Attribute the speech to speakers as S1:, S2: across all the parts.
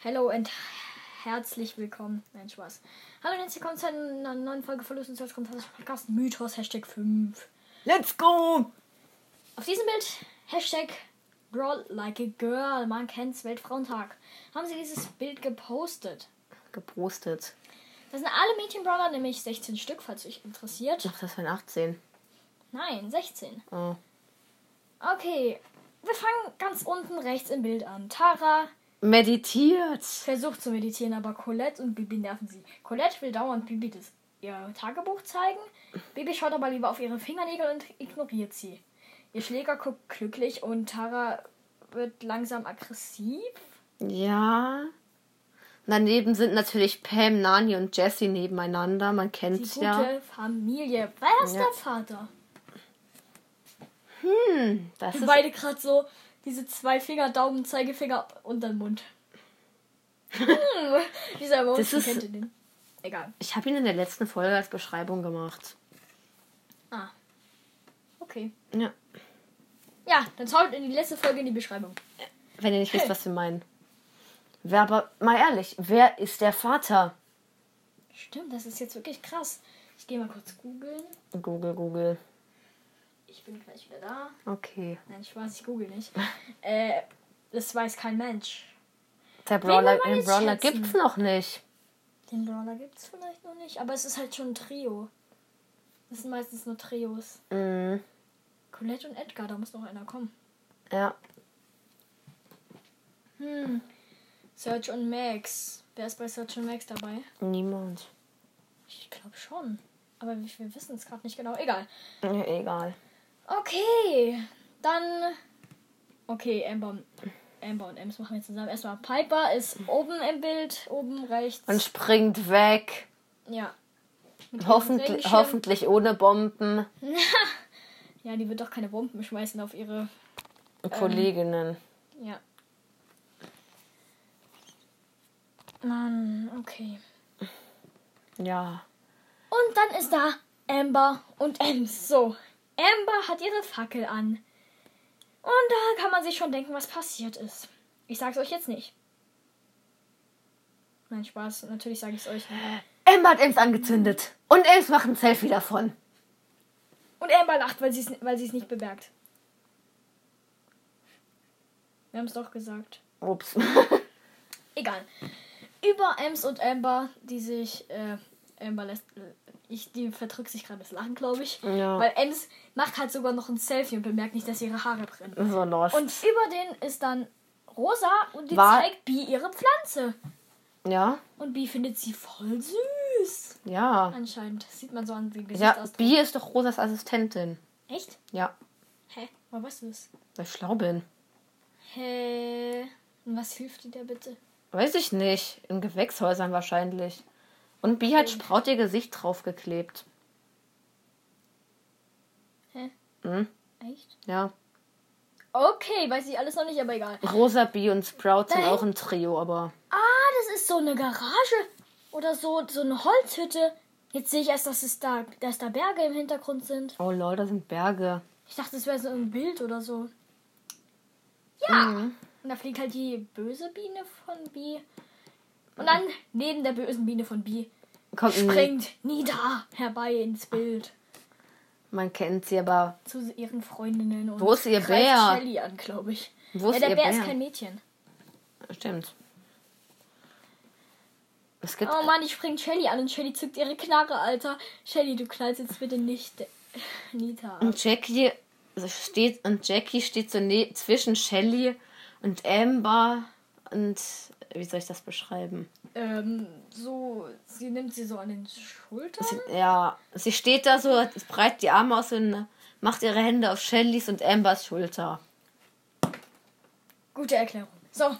S1: Hello und herzlich willkommen. Nein, Spaß. Hallo und herzlich willkommen zu einer neuen Folge von Lust und Search Contest Podcast Mythos Hashtag 5.
S2: Let's go!
S1: Auf diesem Bild Hashtag Brawl Like a Girl. Man kennt's, Weltfrauentag. Haben sie dieses Bild gepostet.
S2: Gepostet.
S1: Das sind alle Mädchenbrawler, nämlich 16 Stück, falls euch
S2: Ich
S1: interessiert.
S2: dachte, das wären 18.
S1: Nein, 16.
S2: Oh.
S1: Okay, wir fangen ganz unten rechts im Bild an. Tara,
S2: Meditiert.
S1: versucht zu meditieren, aber Colette und Bibi nerven sie. Colette will dauernd Bibi das, ihr Tagebuch zeigen. Bibi schaut aber lieber auf ihre Fingernägel und ignoriert sie. Ihr Schläger guckt glücklich und Tara wird langsam aggressiv.
S2: Ja. Daneben sind natürlich Pam, Nani und Jessie nebeneinander. Man
S1: Die
S2: kennt's
S1: gute
S2: ja.
S1: Familie. Wer ist
S2: Ja.
S1: der Vater?
S2: Hm, das
S1: Wir
S2: ist.
S1: beide gerade so diese zwei Finger, Daumen, Zeigefinger und dann Mund. hm, dieser Mund,
S2: Das ist-
S1: kennt ihr den? Egal.
S2: Ich habe ihn in der letzten Folge als Beschreibung gemacht.
S1: Ah. Okay.
S2: Ja.
S1: Ja, dann schaut in die letzte Folge in die Beschreibung.
S2: Wenn ihr nicht wisst, was wir meinen. Wer aber, mal ehrlich, wer ist der Vater?
S1: Stimmt, das ist jetzt wirklich krass. Ich gehe mal kurz googeln.
S2: Google, Google.
S1: Ich bin gleich wieder da.
S2: Okay.
S1: Nein, Spaß, ich google nicht. äh, das weiß kein Mensch.
S2: Der
S1: will
S2: Brawler,
S1: man
S2: den
S1: jetzt
S2: Brawler
S1: schätzen?
S2: gibt's noch nicht.
S1: Den Brawler gibt es vielleicht noch nicht, aber es ist halt schon ein Trio. Das sind meistens nur Trios.
S2: Mhm.
S1: Colette und Edgar, da muss noch einer kommen.
S2: Ja.
S1: Hm. Serge und Max. Wer ist bei Serge und Max dabei?
S2: Niemand.
S1: Ich glaube schon. Aber wir, wir wissen es gerade nicht genau. Egal.
S2: Ja, egal.
S1: Okay, dann. Okay, Amber, Amber und Ems machen wir zusammen. Erstmal Piper ist oben im Bild, oben rechts.
S2: Und springt weg.
S1: ja. Mit ihrem
S2: Hoffentlich,
S1: Regenschirm.
S2: hoffentlich ohne Bomben.
S1: Ja, die wird doch keine Bomben schmeißen auf ihre. Ähm,
S2: Kolleginnen.
S1: Ja. Mann, okay.
S2: Ja.
S1: Und dann ist da Amber und Ems. So, Amber hat ihre Fackel an. Und da kann man sich schon denken, was passiert ist. Ich sag's euch jetzt nicht. Nein, Spaß. Natürlich sage ich's euch. nicht.
S2: Emma hat Ems angezündet. Und Ems macht ein Selfie davon.
S1: Und Amber lacht, weil sie's, weil sie's nicht bemerkt. Wir haben's doch gesagt.
S2: Ups.
S1: Egal. Über Ems und Amber, die sich. Äh, Amber lässt. Äh, ich, die verdrückt sich gerade das Lachen, glaube ich.
S2: Ja.
S1: Weil Ems macht halt sogar noch ein Selfie und bemerkt nicht, dass ihre Haare brennen.
S2: so lost.
S1: Und über den ist dann Rosa und die
S2: War-
S1: zeigt Bi ihre Pflanze.
S2: ja,
S1: Und Bi findet sie voll süß.
S2: ja.
S1: Anscheinend. Das sieht man so an dem
S2: Ja,
S1: Gesichtsausdruck.
S2: Bi ist doch Rosas Assistentin.
S1: Echt?
S2: Ja,
S1: Hä? Warum weißt du das?
S2: weil ich schlau bin.
S1: Hä? Und was hilft die da bitte?
S2: Weiß ich nicht. In Gewächshäusern wahrscheinlich. Und Bi hat Sprout ihr Gesicht draufgeklebt.
S1: Hä?
S2: Hm,
S1: Echt?
S2: ja.
S1: Okay, weiß ich alles noch nicht, aber egal.
S2: Rosa, Bi und Sprout sind
S1: Nein.
S2: auch ein Trio, aber.
S1: Ah, das ist so eine Garage. Oder so, so eine Holzhütte. Jetzt sehe ich erst, dass, es da, dass da Berge im Hintergrund sind.
S2: Oh lol, da sind Berge.
S1: Ich dachte, es wäre so ein Bild oder so. Ja!
S2: Mhm.
S1: Und da fliegt halt die böse Biene von Bi. Und dann neben der bösen Biene von Bi
S2: Kommt ein-
S1: springt Nida herbei ins Bild
S2: Man kennt sie, aber
S1: zu ihren Freundinnen. Und
S2: Wo ist ihr
S1: greift
S2: Bär?
S1: Shelly an, glaube ich.
S2: Wo ist
S1: ja, der
S2: ihr
S1: Bär ist
S2: Bär?
S1: kein Mädchen.
S2: stimmt. Es gibt
S1: Oh Mann, ich springt Shelly an und Shelly zückt ihre Knarre, Alter. Shelly, du knallst jetzt bitte nicht äh, Nita. ab.
S2: und Jackie also steht und Jackie steht so ne zwischen Shelly und Amber und wie soll ich das beschreiben?
S1: Ähm, so, sie nimmt sie so an den Schultern.
S2: Sie, ja, sie steht da so, breitet die Arme aus und macht ihre Hände auf Shellys und Ambers Schulter.
S1: Gute Erklärung. So,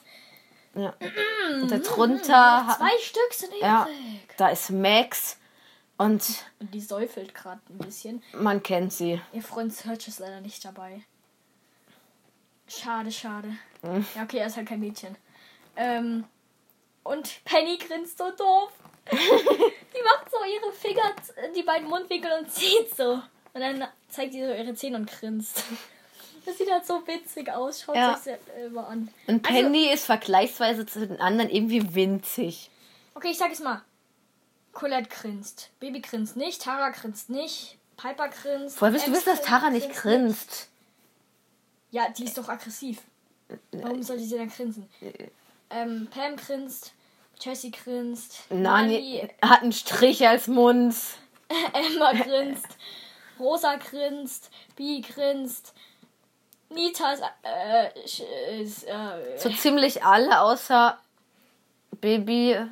S2: Ja. Und darunter hat-
S1: Mhm. Zwei Stück sind übrig.
S2: ja, da ist Max und
S1: Und die säufelt gerade ein bisschen.
S2: man kennt sie.
S1: Ihr Freund Serge ist leider nicht dabei. Schade, schade.
S2: Hm.
S1: Ja, okay, er ist halt kein Mädchen. Ähm, und Penny grinst so doof. die macht so ihre Finger, die beiden Mundwinkel und zieht so. Und dann zeigt sie so ihre Zähne und grinst. Das sieht halt so witzig aus. Schaut
S2: Ja.
S1: sich selber an.
S2: Und
S1: Also-
S2: Penny ist vergleichsweise zu den anderen irgendwie winzig.
S1: Okay, ich sag es mal. Colette grinst. Baby grinst nicht. Tara grinst nicht. Piper grinst.
S2: Vorher willst du
S1: Ems
S2: wissen, dass Tara nicht grinst.
S1: Ja, die ist doch aggressiv. Warum sollte sie dann grinsen? Ähm, Pam grinst. Jessie grinst.
S2: Nani hat einen Strich als Mund.
S1: Emma grinst. Rosa grinst. Bee grinst. Nita ist, äh, sch- ist, äh,
S2: So ziemlich alle außer Baby, Ellie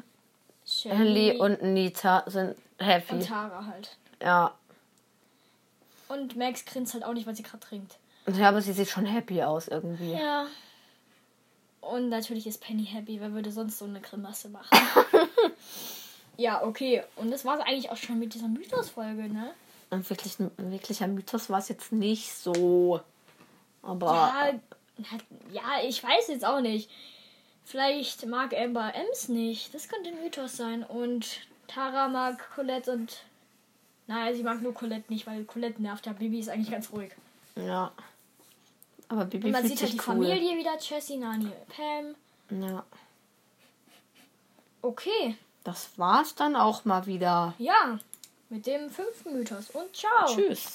S1: Shirley
S2: und Nita sind
S1: und
S2: happy.
S1: Tara halt.
S2: Ja.
S1: Und Max grinst halt auch nicht, weil sie gerade trinkt.
S2: Ja, aber sie sieht schon happy aus irgendwie.
S1: Ja. Und natürlich ist Penny happy, wer würde sonst so eine Grimasse machen? ja, okay. Und das war's eigentlich auch schon mit dieser Mythos-Folge, ne?
S2: Und wirklich ein wirklicher Mythos war es jetzt nicht so. Aber.
S1: Ja, halt. na, ja, ich weiß jetzt auch nicht. Vielleicht mag Amber Ems nicht. Das könnte ein Mythos sein. Und Tara mag Colette und. Nein, sie mag nur Colette nicht, weil Colette nervt ja. Bibi ist eigentlich ganz ruhig.
S2: Ja. Aber Bibi
S1: Und man
S2: fühlt
S1: sieht halt
S2: sich
S1: die
S2: cool.
S1: Familie wieder: Jessie, Nani, Pam.
S2: Ja.
S1: Okay,
S2: Das war's dann auch mal wieder.
S1: ja. Mit dem fünften Mythos. Und ciao.
S2: Tschüss.